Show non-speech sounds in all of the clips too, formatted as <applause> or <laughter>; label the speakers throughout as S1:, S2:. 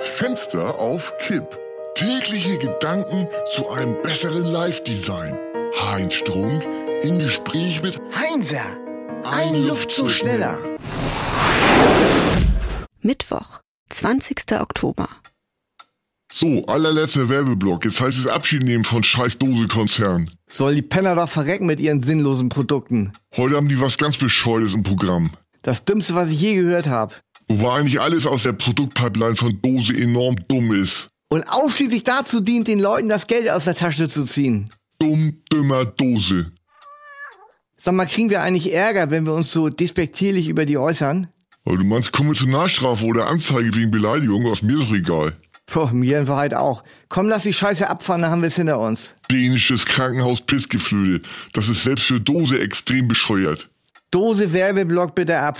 S1: Fenster auf Kipp. Tägliche Gedanken zu einem besseren Live-Design. Heinz Strunk im Gespräch mit
S2: Heinser,
S1: Ein
S2: ne?
S1: Luftzug schneller.
S3: Mittwoch, 20. Oktober.
S1: So, allerletzter Werbeblock. Jetzt heißt es Abschied nehmen von scheiß Dose-Konzern.
S2: Soll die Penner doch verrecken mit ihren sinnlosen Produkten.
S1: Heute haben die was ganz Bescheuertes im Programm.
S2: Das Dümmste, was ich je gehört habe.
S1: Wobei eigentlich alles aus der Produktpipeline von Dose enorm dumm ist.
S2: Und ausschließlich dazu dient, den Leuten das Geld aus der Tasche zu ziehen.
S1: Dumm, dümmer Dose.
S2: Sag mal, kriegen wir eigentlich Ärger, wenn wir uns so despektierlich über die äußern?
S1: Aber du meinst Konventionalstrafe oder Anzeige wegen Beleidigung? Aus mir ist doch egal.
S2: Puh, mir in Wahrheit auch. Komm, lass die Scheiße abfahren, dann haben wir es hinter uns.
S1: Dänisches Krankenhaus-Pissgeflügel. Das ist selbst für Dose extrem bescheuert.
S2: Dose Werbeblock bitte ab.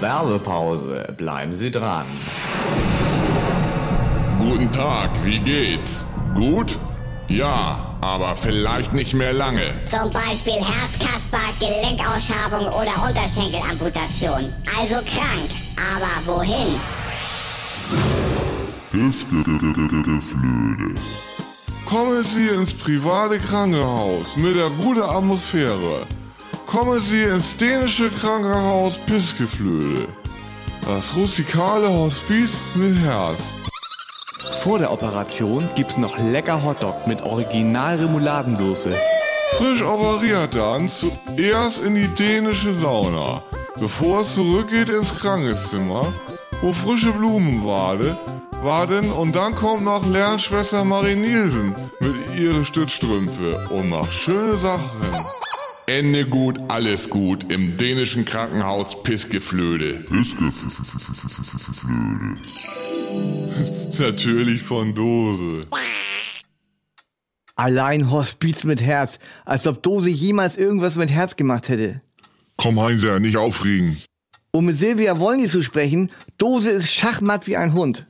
S4: Werbepause. Bleiben Sie dran.
S5: Guten Tag, wie geht's? Gut? Ja, aber vielleicht nicht mehr lange.
S6: Zum Beispiel Herzkasper, Gelenkausschabung oder Unterschenkelamputation. Also krank. Aber wohin?
S5: Pissgeflöde.
S1: Kommen Sie ins private Krankenhaus mit der guten Atmosphäre. Kommen Sie ins dänische Krankenhaus Pissgeflöde. Das rustikale Hospiz mit Herz.
S7: Vor der Operation gibt's noch lecker Hotdog mit Original-Remouladensoße.
S1: Frisch operiert dann zuerst in die dänische Sauna, bevor es zurückgeht ins Krankenzimmer, wo frische Blumen warte, warten und dann kommt noch Lernschwester Marie Nielsen mit ihren Stützstrümpfe und macht schöne Sachen.
S5: Ende gut, alles gut im dänischen Krankenhaus Pissgeflöde. Pissgeflöde.
S1: <laughs> Natürlich von Dose.
S2: Allein Hospiz mit Herz, als ob Dose jemals irgendwas mit Herz gemacht hätte.
S1: Komm Heinzer, nicht aufregen.
S2: Um mit Silvia Wollny zu sprechen, Dose ist schachmatt wie ein Hund.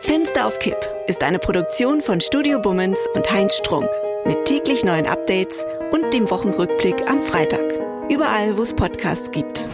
S3: Fenster auf Kipp ist eine Produktion von Studio Bummens und Heinz Strunk. Mit täglich neuen Updates und dem Wochenrückblick am Freitag. Überall, wo es Podcasts gibt.